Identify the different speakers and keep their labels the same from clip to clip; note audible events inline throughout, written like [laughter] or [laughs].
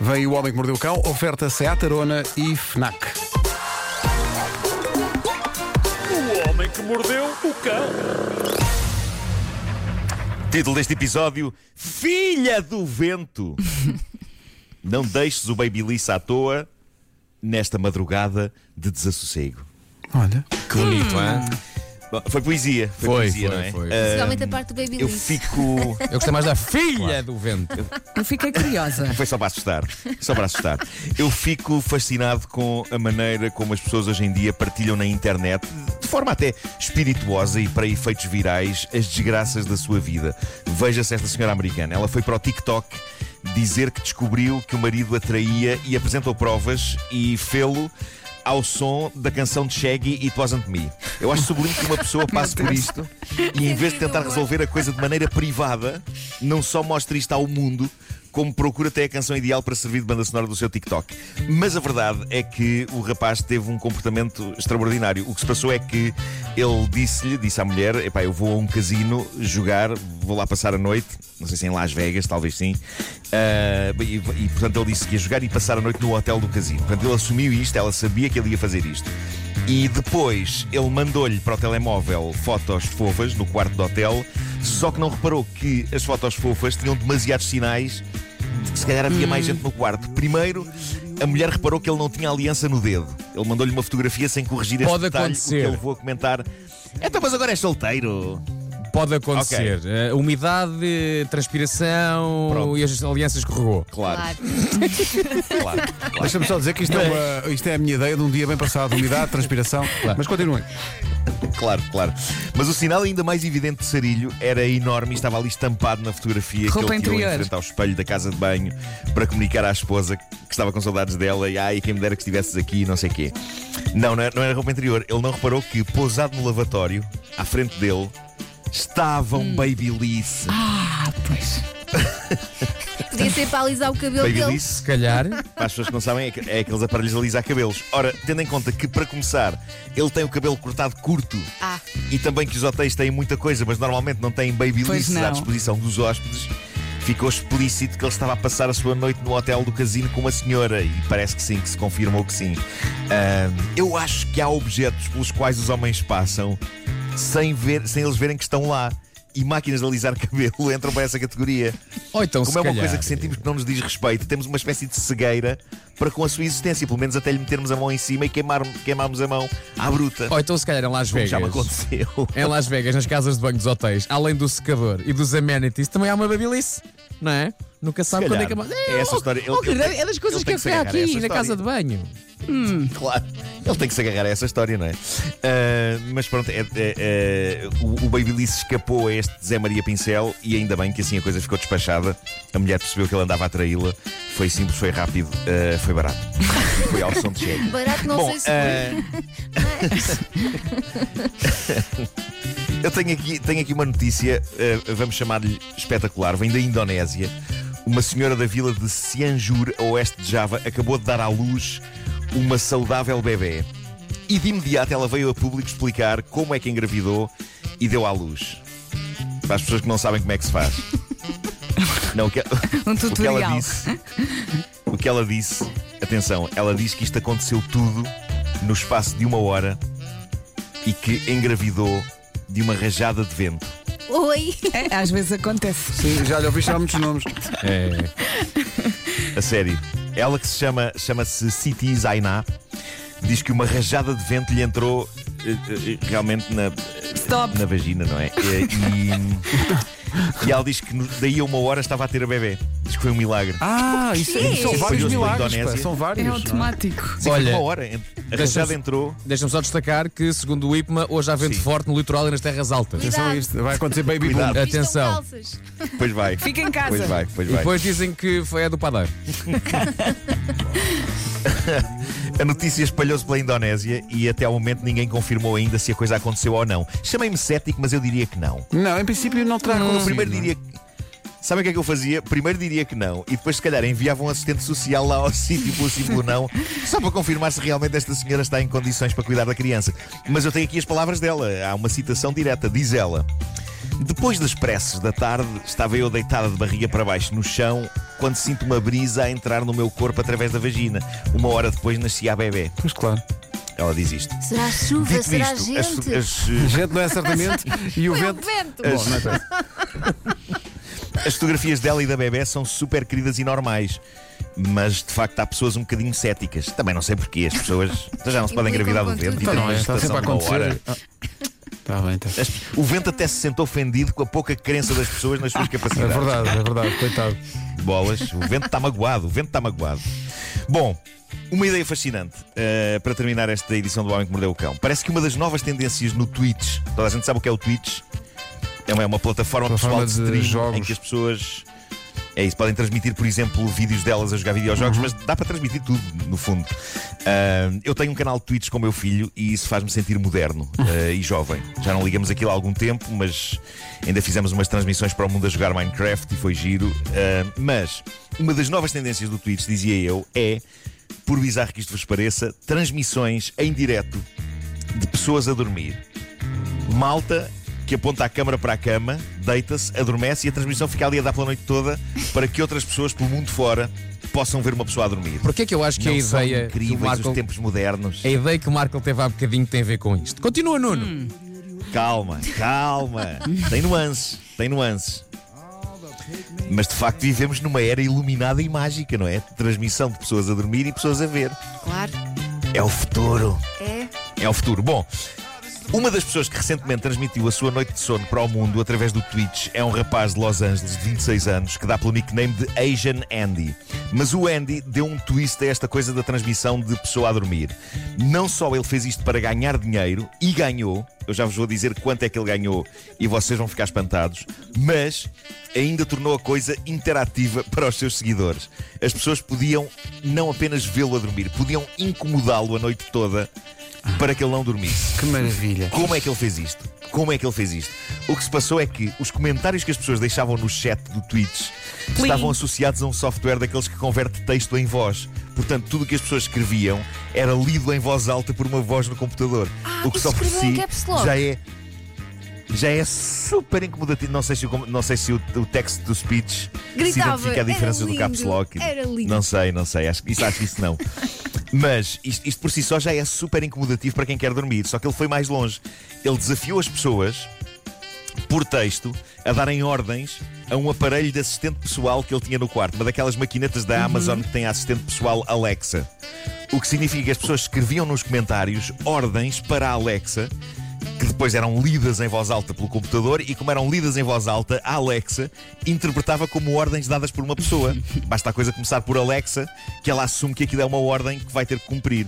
Speaker 1: Vem o Homem que Mordeu o Cão, oferta Seat Arona e FNAC.
Speaker 2: O homem que mordeu o cão.
Speaker 3: Título deste episódio: Filha do Vento. Não deixes o Babyliss à toa nesta madrugada de desassossego. Hum.
Speaker 1: Olha,
Speaker 4: Que bonito, hã?
Speaker 3: Bom, foi poesia. Foi,
Speaker 4: Foi,
Speaker 3: poesia,
Speaker 4: foi,
Speaker 3: não é?
Speaker 4: foi.
Speaker 3: Ah,
Speaker 5: Especialmente a parte do Baby
Speaker 3: eu
Speaker 5: Liss.
Speaker 3: fico.
Speaker 4: Eu gostei mais da filha do vento.
Speaker 6: Eu fiquei curiosa.
Speaker 3: Foi só para assustar. Só para assustar. Eu fico fascinado com a maneira como as pessoas hoje em dia partilham na internet, de forma até espirituosa e para efeitos virais, as desgraças da sua vida. Veja-se esta senhora americana. Ela foi para o TikTok dizer que descobriu que o marido a traía e apresentou provas e fê-lo ao som da canção de Shaggy It Wasn't Me. Eu acho sublime que uma pessoa passe por isto e em vez de tentar resolver a coisa de maneira privada, não só mostre isto ao mundo, como procura até a canção ideal para servir de banda sonora do seu TikTok. Mas a verdade é que o rapaz teve um comportamento extraordinário. O que se passou é que ele disse-lhe, disse à mulher, epá, eu vou a um casino jogar, vou lá passar a noite, não sei se é em Las Vegas, talvez sim, Ah, e, e, portanto ele disse que ia jogar e passar a noite no hotel do casino. Portanto ele assumiu isto, ela sabia que ele ia fazer isto. E depois ele mandou-lhe para o telemóvel fotos fofas no quarto do hotel, só que não reparou que as fotos fofas tinham demasiados sinais de que se calhar havia mais
Speaker 4: Hum.
Speaker 3: gente no quarto. Primeiro, a mulher reparou que ele não tinha aliança no dedo. Ele mandou-lhe uma fotografia sem corrigir este
Speaker 4: Pode
Speaker 3: detalhe,
Speaker 4: acontecer.
Speaker 3: o que eu vou comentar. Então, mas agora é solteiro.
Speaker 4: Pode acontecer. Eh, umidade, transpiração
Speaker 3: Pronto.
Speaker 4: e as alianças escorregou.
Speaker 3: Claro,
Speaker 5: Claro.
Speaker 3: claro. claro.
Speaker 1: [laughs] deixa-me só dizer que isto é, uma- isto é a minha ideia de um dia bem passado, umidade, transpiração.
Speaker 4: Claro.
Speaker 1: Mas continuem.
Speaker 3: Claro, claro. Mas o sinal ainda mais evidente de sarilho era enorme e estava ali estampado na fotografia
Speaker 6: Roupa
Speaker 3: que ele tirou
Speaker 6: interior.
Speaker 3: em frente ao espelho da casa de banho para comunicar à esposa que estava com saudades dela e ai, quem me dera que estivesses aqui e não sei quê. Não, não era, não era roupa interior. Ele não reparou que, pousado no lavatório, à frente dele, estava
Speaker 6: Hum.
Speaker 3: um babyliss.
Speaker 6: Ah,
Speaker 5: Podia ser para alisar o cabelo dele.
Speaker 3: Babyliss
Speaker 4: Se calhar.
Speaker 3: para as pessoas que não sabem, é que- é aqueles aparelhos de alisar cabelos. Ora, tendo em conta que, para começar, ele tem o cabelo cortado curto
Speaker 5: Ah.
Speaker 3: e também que os hotéis têm muita coisa, mas normalmente não têm
Speaker 6: Pois
Speaker 3: babyliss
Speaker 6: não.
Speaker 3: à disposição dos hóspedes, ficou explícito que ele estava a passar a sua noite no hotel do casino com uma senhora e parece que sim, que se confirmou que sim. Ahm, eu acho que há objetos pelos quais os homens passam sem, ver, sem eles verem que estão lá. E máquinas de alisar [laughs] cabelo entram para essa categoria.
Speaker 4: Ou então,
Speaker 3: Como
Speaker 4: se
Speaker 3: é uma
Speaker 4: calhar.
Speaker 3: coisa que sentimos que não nos diz respeito, temos uma espécie de cegueira para com a sua existência, pelo menos até lhe metermos a mão em cima e queimar- queimarmos a mão à bruta.
Speaker 4: Ou então, se calhar, em Las
Speaker 3: como
Speaker 4: Vegas.
Speaker 3: já me
Speaker 4: [laughs]
Speaker 3: aconteceu.
Speaker 4: Em Las Vegas, nas casas de banho dos hotéis, além do secador e dos amenities, também há uma babylice, não é? Nunca sabe quando
Speaker 3: calhar.
Speaker 4: é que a moda-
Speaker 3: É essa história. Ele-
Speaker 4: oh,
Speaker 3: ele
Speaker 4: querida,
Speaker 3: tem-
Speaker 4: é das coisas
Speaker 3: ele
Speaker 4: que
Speaker 3: tem
Speaker 4: eu
Speaker 3: que se
Speaker 4: fui
Speaker 3: agarrar a
Speaker 4: aqui
Speaker 3: essa
Speaker 4: na casa
Speaker 3: história.
Speaker 4: de banho.
Speaker 3: Claro, ele tem que se agarrar a essa história, não é? Ah, mas pronto, é- é- é, o, o Babyliss escapou a este Zé Maria Pincel e ainda bem que assim a coisa ficou despachada. A mulher percebeu que ele andava a traí-la. Foi simples, foi rápido, ah, foi barato. foi ao som de cheque.
Speaker 5: Barato [laughs] não
Speaker 3: Bom,
Speaker 5: sei se
Speaker 3: ah, Eu tenho aqui, tenho aqui uma notícia, eh, vamos chamar-lhe espetacular, vem da Indonésia. Uma senhora da vila de Cianjur, a oeste de Java, acabou de dar à luz uma saudável bebê. E de imediato ela veio a público explicar como é que engravidou e deu à luz. Para as pessoas que não sabem como é que se
Speaker 6: [laughs]
Speaker 3: faz. Não, o que,
Speaker 6: Um
Speaker 3: o que ela
Speaker 6: tutorial.
Speaker 3: disse. O que ela disse, atenção, ela disse que isto aconteceu tudo no espaço de uma hora e que engravidou de uma rajada de vento.
Speaker 5: Oi.
Speaker 6: É, às vezes acontece.
Speaker 1: Sim, já lhe ouvi chamar muitos nomes.
Speaker 4: É.
Speaker 3: A sério. Ela que se chama chama-se Siti Zainá diz que uma rajada de vento lhe entrou eh, eh, realmente na
Speaker 6: Stop.
Speaker 3: na vagina, não é? E, e- [laughs] e ela diz que no- daí a uma hora estava a ter a bebê. Diz que foi um milagre.
Speaker 1: Ah, isso, isso são
Speaker 5: Sim.
Speaker 1: vários
Speaker 3: Curioso da
Speaker 1: milagres.
Speaker 3: Indonésia.
Speaker 1: pá, São vários.
Speaker 6: É automático.
Speaker 3: Sim, foi
Speaker 4: Olha,
Speaker 3: uma hora. A rajada
Speaker 4: deixa-me-
Speaker 3: entrou.
Speaker 4: Deixa-me só destacar que, segundo o IPMA, hoje há vento
Speaker 3: Sim.
Speaker 4: forte no litoral e nas terras altas.
Speaker 5: Cuidado.
Speaker 1: Atenção a isto. Vai acontecer baby boom.
Speaker 3: Cuidado.
Speaker 5: Vistam
Speaker 4: Atenção.
Speaker 5: calças.
Speaker 3: Pois vai.
Speaker 6: Fica em casa.
Speaker 3: Pois vai, pois
Speaker 4: E
Speaker 3: vai.
Speaker 4: depois dizem que foi a do padeiro.
Speaker 3: A notícia espalhou-se pela Indonésia e até ao momento ninguém confirmou ainda se a coisa aconteceu ou não. Chamei-me cético, mas eu diria que não.
Speaker 1: Não, em princípio não
Speaker 4: Hum.
Speaker 1: terá
Speaker 3: Eu
Speaker 1: acontecido.
Speaker 3: primeiro diria que. Sabe o que é que eu fazia? Primeiro diria que não, e depois, se calhar, enviava um assistente social lá ao [laughs] sítio pelo simples não, só para confirmar se realmente esta senhora está em condições para cuidar da criança. Mas eu tenho aqui as palavras dela, há uma citação direta, diz ela. Depois das preces da tarde, estava eu deitada de barriga para baixo no chão quando sinto uma brisa a entrar no meu corpo através da vagina. Uma hora depois nasci a bebê.
Speaker 1: Pois claro.
Speaker 3: Ela diz isto.
Speaker 5: Será chuva?
Speaker 3: Dito
Speaker 5: será
Speaker 3: isto, as-
Speaker 5: gente?
Speaker 3: as, eh,
Speaker 1: A gente não é certamente. E o
Speaker 5: Foi o
Speaker 1: vento.
Speaker 5: vento!
Speaker 1: Bom, não é tanto.
Speaker 3: As fotografias dela e da bebê são super queridas e normais. Mas de facto há pessoas um bocadinho céticas. Também não sei porquê. As
Speaker 5: [laughs]
Speaker 3: pessoas já não se podem
Speaker 5: Implicam
Speaker 3: engravidar do
Speaker 5: com
Speaker 3: vento.
Speaker 5: tudo.
Speaker 3: e
Speaker 1: Não,
Speaker 3: têm
Speaker 1: é, está sempre
Speaker 3: gestação
Speaker 1: a
Speaker 3: de uma hora.
Speaker 1: acontecer. Está bem, tá. está.
Speaker 3: As- O vento até se sente ofendido com a pouca crença das pessoas nas suas
Speaker 1: [laughs] É
Speaker 3: capacidades.
Speaker 1: verdade, é verdade, coitado.
Speaker 3: Bolas, o vento está magoado, o vento está magoado. Bom, uma ideia fascinante eh, para terminar esta edição do Homem que Mordeu o Cão. Parece que uma das novas tendências no Twitch, toda a gente sabe o que é o Twitch, é uma, é uma plataforma,
Speaker 1: Plataforma
Speaker 3: pessoal de,
Speaker 1: de
Speaker 3: stream
Speaker 1: jogos.
Speaker 3: em que as pessoas. É isso, podem transmitir, por exemplo, vídeos delas a jogar videojogos, mas dá para transmitir tudo, no fundo. Ah, eu tenho um canal de Twitch com o meu filho e isso faz-me sentir moderno ah, e jovem. Já não ligamos aquilo há algum tempo, mas ainda fizemos umas transmissões para o mundo a jogar Minecraft e foi giro. Ah, mas uma das novas tendências do Twitch, dizia eu, é, por bizarro que isto vos pareça, transmissões em direto de pessoas a dormir. Malta que aponta a câmara para a cama, deita-se, adormece e a transmissão fica ali a dar pela noite toda para que outras pessoas pelo mundo fora possam ver uma pessoa a dormir.
Speaker 4: Porquê é que eu acho que
Speaker 3: Não
Speaker 4: a
Speaker 3: são
Speaker 4: ideia que o
Speaker 3: incríveis
Speaker 4: Marco,
Speaker 3: os tempos modernos.
Speaker 4: a ideia que o Marco teve há bocadinho tem a ver com isto. Continua, Nuno.
Speaker 3: Calma, calma. tem nuances, tem nuances. Mas de facto vivemos numa era iluminada e mágica, não é? Transmissão de pessoas a dormir e pessoas a ver.
Speaker 5: Claro,
Speaker 3: É o futuro.
Speaker 5: é.
Speaker 3: É o futuro. Bom, uma das pessoas que recentemente transmitiu a sua noite de sono para o mundo através do Twitch é um rapaz de Los Angeles de 26 anos que dá pelo nickname de Asian Andy. Mas o Andy deu um twist a esta coisa da transmissão de pessoa a dormir. Não só ele fez isto para ganhar dinheiro e ganhou, eu já vos vou dizer quanto é que ele ganhou e vocês vão ficar espantados, mas ainda tornou a coisa interativa [laughs] para os seus seguidores. As pessoas podiam não apenas vê-lo a dormir, podiam incomodá-lo a noite toda para que ele não dormisse.
Speaker 1: Que maravilha.
Speaker 3: Como é que ele fez isto? Como é que ele fez isto? O que se passou é que os comentários que as pessoas deixavam no chat do Twitch estavam associados a um software daqueles que converte texto em voz. Portanto, tudo o que as pessoas escreviam era lido em voz alta por uma voz no computador. o que
Speaker 5: isso
Speaker 3: só por
Speaker 5: Ah, escreveu em
Speaker 3: si
Speaker 5: caps lock.
Speaker 3: já é já é super incomodativo. Não sei se, o, com- não sei se o, o texto do speech se
Speaker 5: Gritava,
Speaker 3: identifica a
Speaker 5: era
Speaker 3: diferença do caps
Speaker 5: lindo,
Speaker 3: lock.
Speaker 5: era lindo.
Speaker 3: Não sei, não sei. Acho, que- isso, acho que isso
Speaker 5: [laughs]
Speaker 3: não. Mas isto, isto por si só já é super incomodativo para quem quer dormir. Só que ele foi mais longe. Ele desafiou as pessoas por texto a darem ordens a um aparelho de assistente pessoal que ele tinha no quarto, uma daquelas maquinetas
Speaker 5: Uhum.
Speaker 3: da Amazon que tem a assistente pessoal Alexa. O que significa que as pessoas escreviam nos comentários ordens para a Alexa, que depois eram lidas em voz alta pelo computador, e como eram lidas em voz alta, a Alexa interpretava como ordens dadas por uma pessoa. Basta a coisa começar por Alexa, que ela assume que aquilo é uma ordem que vai ter que cumprir.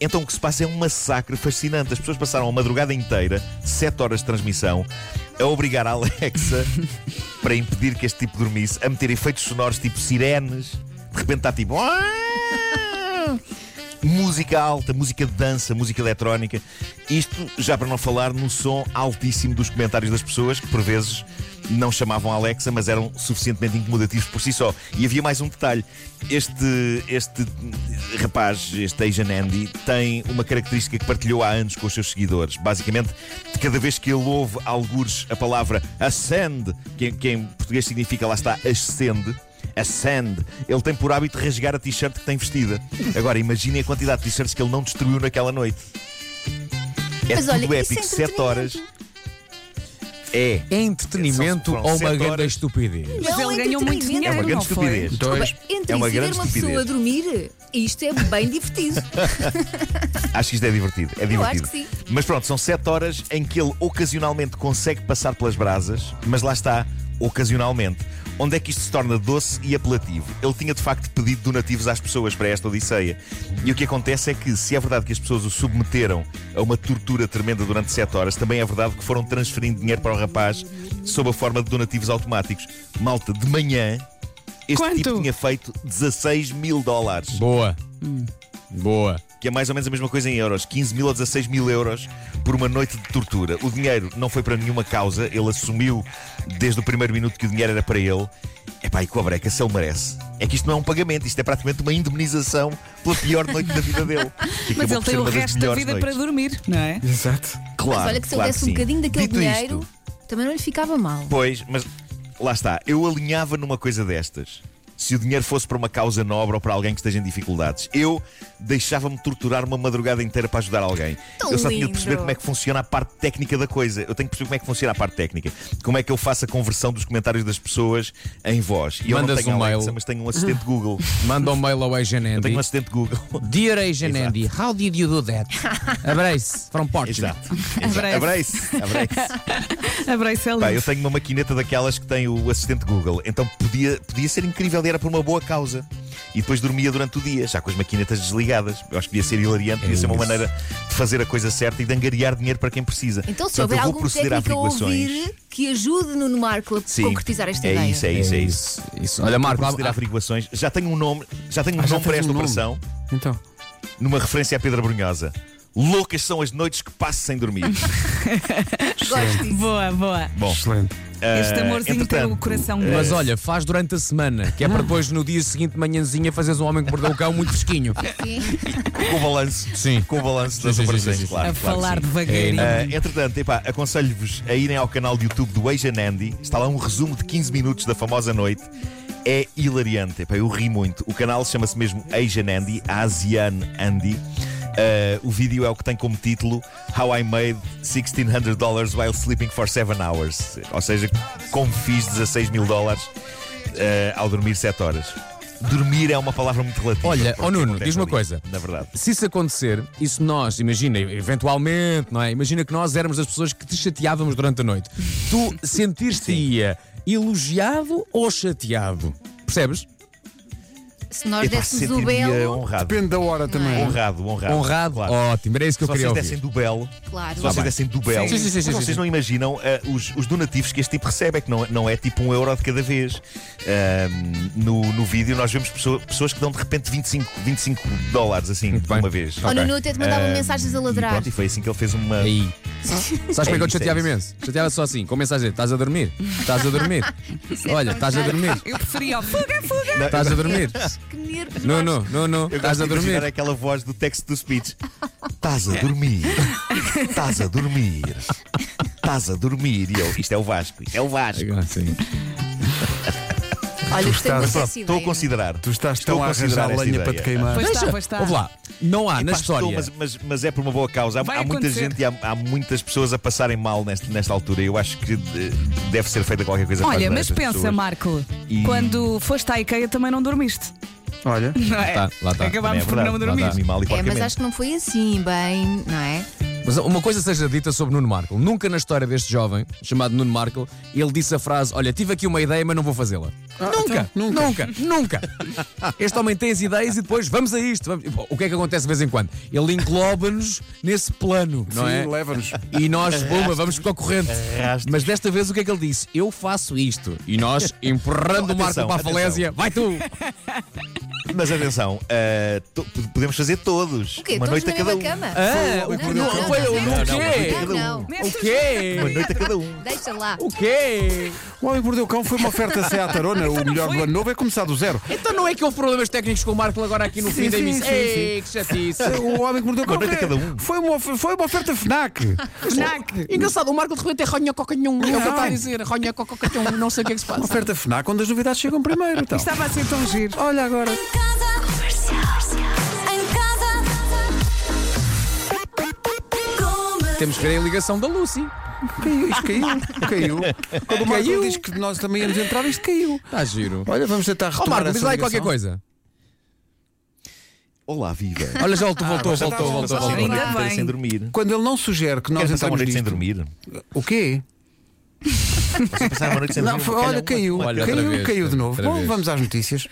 Speaker 3: Então o que se passa é um massacre fascinante. As pessoas passaram a madrugada inteira, 7 horas de transmissão, a obrigar a Alexa para impedir que este tipo dormisse, a meter efeitos sonoros tipo sirenes, de repente está tipo. Música alta, música de dança, música eletrónica. Isto já para não falar no som altíssimo dos comentários das pessoas, que por vezes não chamavam Alexa, mas eram suficientemente incomodativos por si só. E havia mais um detalhe: este, este rapaz, este Asian Andy, tem uma característica que partilhou há anos com os seus seguidores. Basicamente, de cada vez que ele ouve algures a palavra ascend, que, em- que em português significa lá está ascende, Ascend. Ele tem por hábito rasgar a t-shirt que tem vestida. Agora, imaginem a quantidade de t-shirts que ele não destruiu naquela noite. É
Speaker 5: Mas
Speaker 3: tudo
Speaker 5: olha, isso
Speaker 3: épico.
Speaker 5: é
Speaker 3: 7 horas. É.
Speaker 4: É entretenimento
Speaker 3: Foram
Speaker 4: ou uma
Speaker 3: sete
Speaker 4: grande
Speaker 3: horas.
Speaker 4: estupidez?
Speaker 6: Mas
Speaker 5: Não,
Speaker 6: ele ganhou muito
Speaker 5: entretenimento.
Speaker 6: dinheiro,
Speaker 3: É uma grande
Speaker 6: não foi?
Speaker 3: estupidez.
Speaker 1: Dois.
Speaker 5: Entre
Speaker 3: É uma
Speaker 5: isso e ver
Speaker 3: grande
Speaker 5: uma
Speaker 3: estupidez.
Speaker 5: pessoa a dormir, isto é bem divertido.
Speaker 3: Acho que isto é divertido. É divertido.
Speaker 5: acho que sim.
Speaker 3: Mas pronto, são 7 horas em que ele ocasionalmente consegue passar pelas brasas, mas lá está, ocasionalmente. Onde é que isto se torna doce e apelativo? Ele tinha de facto pedido donativos às pessoas para esta Odisseia. E o que acontece é que, se é verdade que as pessoas o submeteram a uma tortura tremenda durante 7 horas, também é verdade que foram transferindo dinheiro para o rapaz sob a forma de donativos automáticos. Malta, de manhã, este tipo
Speaker 6: Quanto?
Speaker 3: tinha feito 16 mil dólares
Speaker 4: Boa. Boa.
Speaker 3: que é mais ou menos a mesma coisa em euros, 15 mil ou 16 mil euros por uma noite de tortura. O dinheiro não foi para nenhuma causa, ele assumiu desde o primeiro minuto que o dinheiro era para ele. Epá, e com a breca, se ele merece. É que isto não é um pagamento, isto é praticamente uma indemnização pela pior noite da vida
Speaker 6: [laughs]
Speaker 3: dele. Que acabou
Speaker 6: Mas ele
Speaker 3: por ser
Speaker 6: tem o
Speaker 3: uma das
Speaker 6: resto da
Speaker 3: melhores
Speaker 6: vida
Speaker 3: noites.
Speaker 6: para dormir, não é?
Speaker 1: Exato.
Speaker 3: [laughs] Claro,
Speaker 5: Mas olha que se ele
Speaker 3: claro
Speaker 5: desse um
Speaker 3: sim.
Speaker 5: bocadinho daquele
Speaker 3: Dito isto,
Speaker 5: dinheiro, também não lhe ficava mal.
Speaker 3: Pois, mas lá está. Eu alinhava numa coisa destas. se o dinheiro fosse para uma causa nobre ou para alguém que esteja em dificuldades. Eu deixava-me torturar uma madrugada inteira para ajudar alguém.
Speaker 5: Tão
Speaker 3: eu só tinha de perceber
Speaker 5: lindo.
Speaker 3: como é que funciona a parte técnica da coisa. Eu tenho que perceber como é que funciona a parte técnica. Como é que eu faço a conversão dos comentários das pessoas em voz. E eu não
Speaker 4: Mandas
Speaker 3: tenho
Speaker 4: um
Speaker 3: Alexa,
Speaker 4: mail.
Speaker 3: mas tenho um assistente
Speaker 4: [laughs]
Speaker 3: Google.
Speaker 4: Manda um mail ao Asian
Speaker 3: Eu tenho
Speaker 4: Andy.
Speaker 3: um assistente Google.
Speaker 4: Dear Asian Andy, how did you do that? Abrace from Portugal.
Speaker 3: Exato. Exato. Abraço. Abraço.
Speaker 6: Abraço é
Speaker 3: Pá,
Speaker 6: lindo.
Speaker 3: eu tenho uma maquineta daquelas que tem o assistente Google, então podia, podia ser incrível e era por uma boa causa. E depois dormia durante o dia, já com as maquinetas desligadas. Eu acho que podia ser hilariante,
Speaker 4: É
Speaker 3: podia ser uma maneira de fazer a coisa certa e de angariar dinheiro para quem precisa.
Speaker 5: Então, se
Speaker 3: Portanto,
Speaker 5: houver
Speaker 3: eu vou
Speaker 5: algum
Speaker 3: proceder a
Speaker 5: técnico a
Speaker 3: averiguações.
Speaker 5: ouvir que ajude Nuno Marco a
Speaker 3: Sim,
Speaker 5: concretizar esta
Speaker 3: é
Speaker 5: ideia.
Speaker 3: Isso, é isso, é isso.
Speaker 4: isso. Olha, Marco,
Speaker 3: vou proceder a
Speaker 4: há-
Speaker 3: averiguações. Já tenho um nome, já tenho um
Speaker 1: Ah, já
Speaker 3: nome para
Speaker 1: tens
Speaker 3: esta
Speaker 1: um nome.
Speaker 3: operação,
Speaker 1: Então.
Speaker 3: numa referência a Pedra Brunhosa. Loucas são as noites que passo sem
Speaker 4: [laughs]
Speaker 3: dormir.
Speaker 5: Gosto disso.
Speaker 6: Boa, boa.
Speaker 3: Bom,
Speaker 1: Excelente.
Speaker 6: Este
Speaker 3: eh,
Speaker 6: amorzinho
Speaker 3: entretanto,
Speaker 6: pelo coração
Speaker 3: eh,
Speaker 4: Mas olha, faz durante a semana, que é para depois no dia seguinte, manhãzinha, fazeres um homem que mordeu o cão muito
Speaker 3: [laughs]
Speaker 4: fresquinho.
Speaker 5: Sim.
Speaker 3: com o balanço,
Speaker 4: Sim.
Speaker 3: com o balanço das
Speaker 4: sim, sim,
Speaker 3: operações,
Speaker 4: sim, sim.
Speaker 3: claro.
Speaker 6: a
Speaker 3: claro que
Speaker 6: falar
Speaker 3: sim.
Speaker 6: devagarinho.
Speaker 3: Ah, entretanto, epá, aconselho-vos a irem ao canal de YouTube do Asian Andy. Está lá um resumo de 15 minutos da famosa noite. É hilariante, epá, eu ri muito. O canal chama-se mesmo Asian Andy, Asian Andy. Ah, o vídeo é o que tem como título How I Made 1600 Dollars While Sleeping for 7 Hours. Ou seja, como fiz 16 mil dólares ah, ao dormir 7 horas. Dormir é uma palavra muito relativa.
Speaker 4: Olha,
Speaker 3: porque
Speaker 4: ó Nuno,
Speaker 3: acontece
Speaker 4: diz uma
Speaker 3: ali,
Speaker 4: coisa.
Speaker 3: Na verdade.
Speaker 4: Se isso acontecer, isso nós, imagina, eventualmente, não é? Imagina que nós éramos as pessoas que te chateávamos durante a noite.
Speaker 3: [laughs]
Speaker 4: Tu sentiste-ia elogiado ou chateado? Percebes?
Speaker 3: Tá
Speaker 5: Se nós
Speaker 3: Epá,
Speaker 5: dessemos o
Speaker 3: sentir-me-ia
Speaker 5: belo,
Speaker 3: honrado.
Speaker 1: Depende da hora também.
Speaker 3: Honrado, honrado.
Speaker 4: É. Honrado?
Speaker 3: claro.
Speaker 4: Ótimo, era isso que
Speaker 3: Se
Speaker 4: eu queria
Speaker 3: vocês
Speaker 4: ouvir. Tá
Speaker 3: dessem do Belo,
Speaker 5: claro.
Speaker 3: se vocês
Speaker 4: bem.
Speaker 3: dessem do Belo,
Speaker 4: Sim, sim, sim, sim,
Speaker 3: vocês
Speaker 4: sim.
Speaker 3: não imaginam ah, os, os donativos que este tipo recebe, é que não, não é tipo um euro de cada vez. Ahm, no, no vídeo nós vemos pessoa- pessoas que dão de repente 25, 25 dólares assim, de
Speaker 4: bem.
Speaker 3: uma vez.
Speaker 5: Ou "Oh, Nuno
Speaker 4: Ok.
Speaker 5: até te mandava
Speaker 3: Ahm,
Speaker 5: mensagens a
Speaker 3: E,
Speaker 5: ladrar.
Speaker 3: Eh, pronto, e foi assim que ele fez uma.
Speaker 4: Aí. Sabes como é que eu te
Speaker 3: isso,
Speaker 4: chateava
Speaker 3: é isso.
Speaker 4: imenso? Chateava só assim, com mensagem: estás a dormir? Estás
Speaker 3: [laughs]
Speaker 4: a dormir? Olha, estás a dormir?
Speaker 6: Eu preferia o fuga, fuga.
Speaker 3: Não,
Speaker 4: Estás a dormir?
Speaker 5: Que nervos.
Speaker 4: Não, não, não, não.
Speaker 3: eu
Speaker 4: Estás
Speaker 3: gosto
Speaker 4: a
Speaker 3: de imaginar
Speaker 4: dormir?
Speaker 3: aquela voz do text to
Speaker 4: [laughs]
Speaker 3: speech. Estás a dormir. Estás a dormir. Estás a dormir. E eu, isto é o Vasco, isto é o Vasco.
Speaker 4: Ah, sim.
Speaker 5: Olha, gostei
Speaker 1: estás-
Speaker 5: muito
Speaker 1: Só
Speaker 5: dessa
Speaker 3: Estou a
Speaker 5: ideia. é?
Speaker 3: considerar.
Speaker 1: Tu estás
Speaker 3: Estou
Speaker 1: tão a
Speaker 3: considerar
Speaker 1: arranjar
Speaker 3: esta
Speaker 1: lenha para
Speaker 3: ideia.
Speaker 1: te queimar.
Speaker 6: Pois está, pois
Speaker 4: Ouve
Speaker 6: está.
Speaker 4: lá, não há na
Speaker 3: Pá, estou,
Speaker 4: história.
Speaker 3: mas, mas- mas é por uma boa causa. Há,
Speaker 6: Vai
Speaker 3: há muita
Speaker 6: acontecer.
Speaker 3: gente e há, há muitas pessoas a passarem mal neste- nesta altura. Eu acho que de- deve ser feita qualquer coisa para
Speaker 6: Olha,
Speaker 3: ajudar
Speaker 6: mas
Speaker 3: estas
Speaker 6: pensa,
Speaker 3: pessoas. Ah,
Speaker 6: Marco,
Speaker 3: E-
Speaker 6: quando foste à IKEA também não dormiste.
Speaker 1: Olha.
Speaker 6: Não é?
Speaker 4: Tá, lá tá.
Speaker 3: Também
Speaker 6: Acabámos
Speaker 3: é
Speaker 6: por
Speaker 3: verdade,
Speaker 6: não dormir.
Speaker 3: dormi mal e
Speaker 5: É, mas
Speaker 3: porcamente.
Speaker 5: acho que não foi assim, bem, não é?
Speaker 4: Mas uma coisa seja dita sobre Nuno Marco. Nunca na história deste jovem, chamado Nuno Marco, ele disse a frase: Olha, tive aqui uma ideia, mas não vou fazê-la.
Speaker 1: Ah, Então,
Speaker 4: nunca, nunca, nunca, Este homem tem as ideias e depois vamos a isto. vamos- E, bom, O que é que acontece de vez em quando? Ele engloba-nos nesse plano, não
Speaker 1: Sim,
Speaker 4: é?
Speaker 1: leva-nos.
Speaker 4: E nós, bomba, vamos com a corrente. Mas desta vez o que é que ele disse? Eu faço isto.
Speaker 1: [laughs]
Speaker 4: E nós, empurrando o Marco
Speaker 3: Atenção,
Speaker 4: para a falésia, vai tu!
Speaker 3: Mas atenção, ah, to- p- podemos fazer todos.
Speaker 5: O quê?
Speaker 3: Uma
Speaker 5: Todos
Speaker 3: noite
Speaker 5: na
Speaker 3: a cada
Speaker 5: mesma
Speaker 3: um.
Speaker 5: cama?
Speaker 4: Ah,
Speaker 5: Não,
Speaker 4: o que
Speaker 5: não,
Speaker 4: não
Speaker 5: não,
Speaker 4: foi eu,
Speaker 5: não,
Speaker 4: o
Speaker 5: não,
Speaker 4: quê?
Speaker 5: não, não.
Speaker 3: Cada
Speaker 4: O quê?
Speaker 3: Uma noite a cada um.
Speaker 5: Deixa lá.
Speaker 4: O quê?
Speaker 1: O Homem que Mordeu o Cão foi uma oferta a Tarona. O melhor do ano novo é começar do zero.
Speaker 4: Então não é que houve problemas técnicos com o Marco agora aqui no
Speaker 1: Sim,
Speaker 4: fim da
Speaker 1: sim,
Speaker 4: emissão?
Speaker 1: sim,
Speaker 4: Ei, que chatice.
Speaker 1: O Homem que Mordeu o Cão
Speaker 3: Uma noite a cada um.
Speaker 1: foi uma, of- foi uma oferta FNAC.
Speaker 6: Fnac.
Speaker 4: Engraçado, o Marco de repente é ronha cocanhão. É o que ele
Speaker 1: Não.
Speaker 4: está a dizer. Ronha cocanhão. Não sei o que é que se
Speaker 1: Uma
Speaker 4: passa.
Speaker 1: oferta FNAC onde as novidades chegam primeiro. Então.
Speaker 6: Estava a ser tão giro.
Speaker 1: Olha agora.
Speaker 7: Em casa, em casa,
Speaker 4: Temos que ver a ligação da Lucy.
Speaker 1: Caiu, isto caiu. Caiu. Quando o Marco diz que nós também íamos entrar, isto caiu.
Speaker 4: Está Tá giro.
Speaker 1: Olha, vamos tentar
Speaker 4: Ó
Speaker 1: retomar
Speaker 4: Marco,
Speaker 1: essa
Speaker 4: diz lá aí
Speaker 1: ligação.
Speaker 4: qualquer coisa.
Speaker 3: Olá, viva.
Speaker 4: Olha, já voltou, voltou,
Speaker 1: Ah, já tá.
Speaker 4: voltou,
Speaker 1: está
Speaker 4: voltou,
Speaker 1: a
Speaker 3: Passar uma
Speaker 4: voltou.
Speaker 3: noite
Speaker 6: Ainda
Speaker 3: inteira
Speaker 6: bem.
Speaker 3: sem dormir.
Speaker 1: Quando ele não sugere que nós
Speaker 3: Quero passar uma
Speaker 1: entramos
Speaker 3: noite sem
Speaker 1: nisto,
Speaker 3: dormir.
Speaker 1: o quê?
Speaker 3: Passar uma noite sem
Speaker 1: Não,
Speaker 3: dormir.
Speaker 1: foi-
Speaker 3: Calha
Speaker 1: olha,
Speaker 3: uma-
Speaker 1: caiu,
Speaker 4: Olha, outra
Speaker 1: caiu,
Speaker 4: vez,
Speaker 1: caiu de
Speaker 4: outra
Speaker 1: novo. Bom,
Speaker 4: vez.
Speaker 1: vamos às notícias.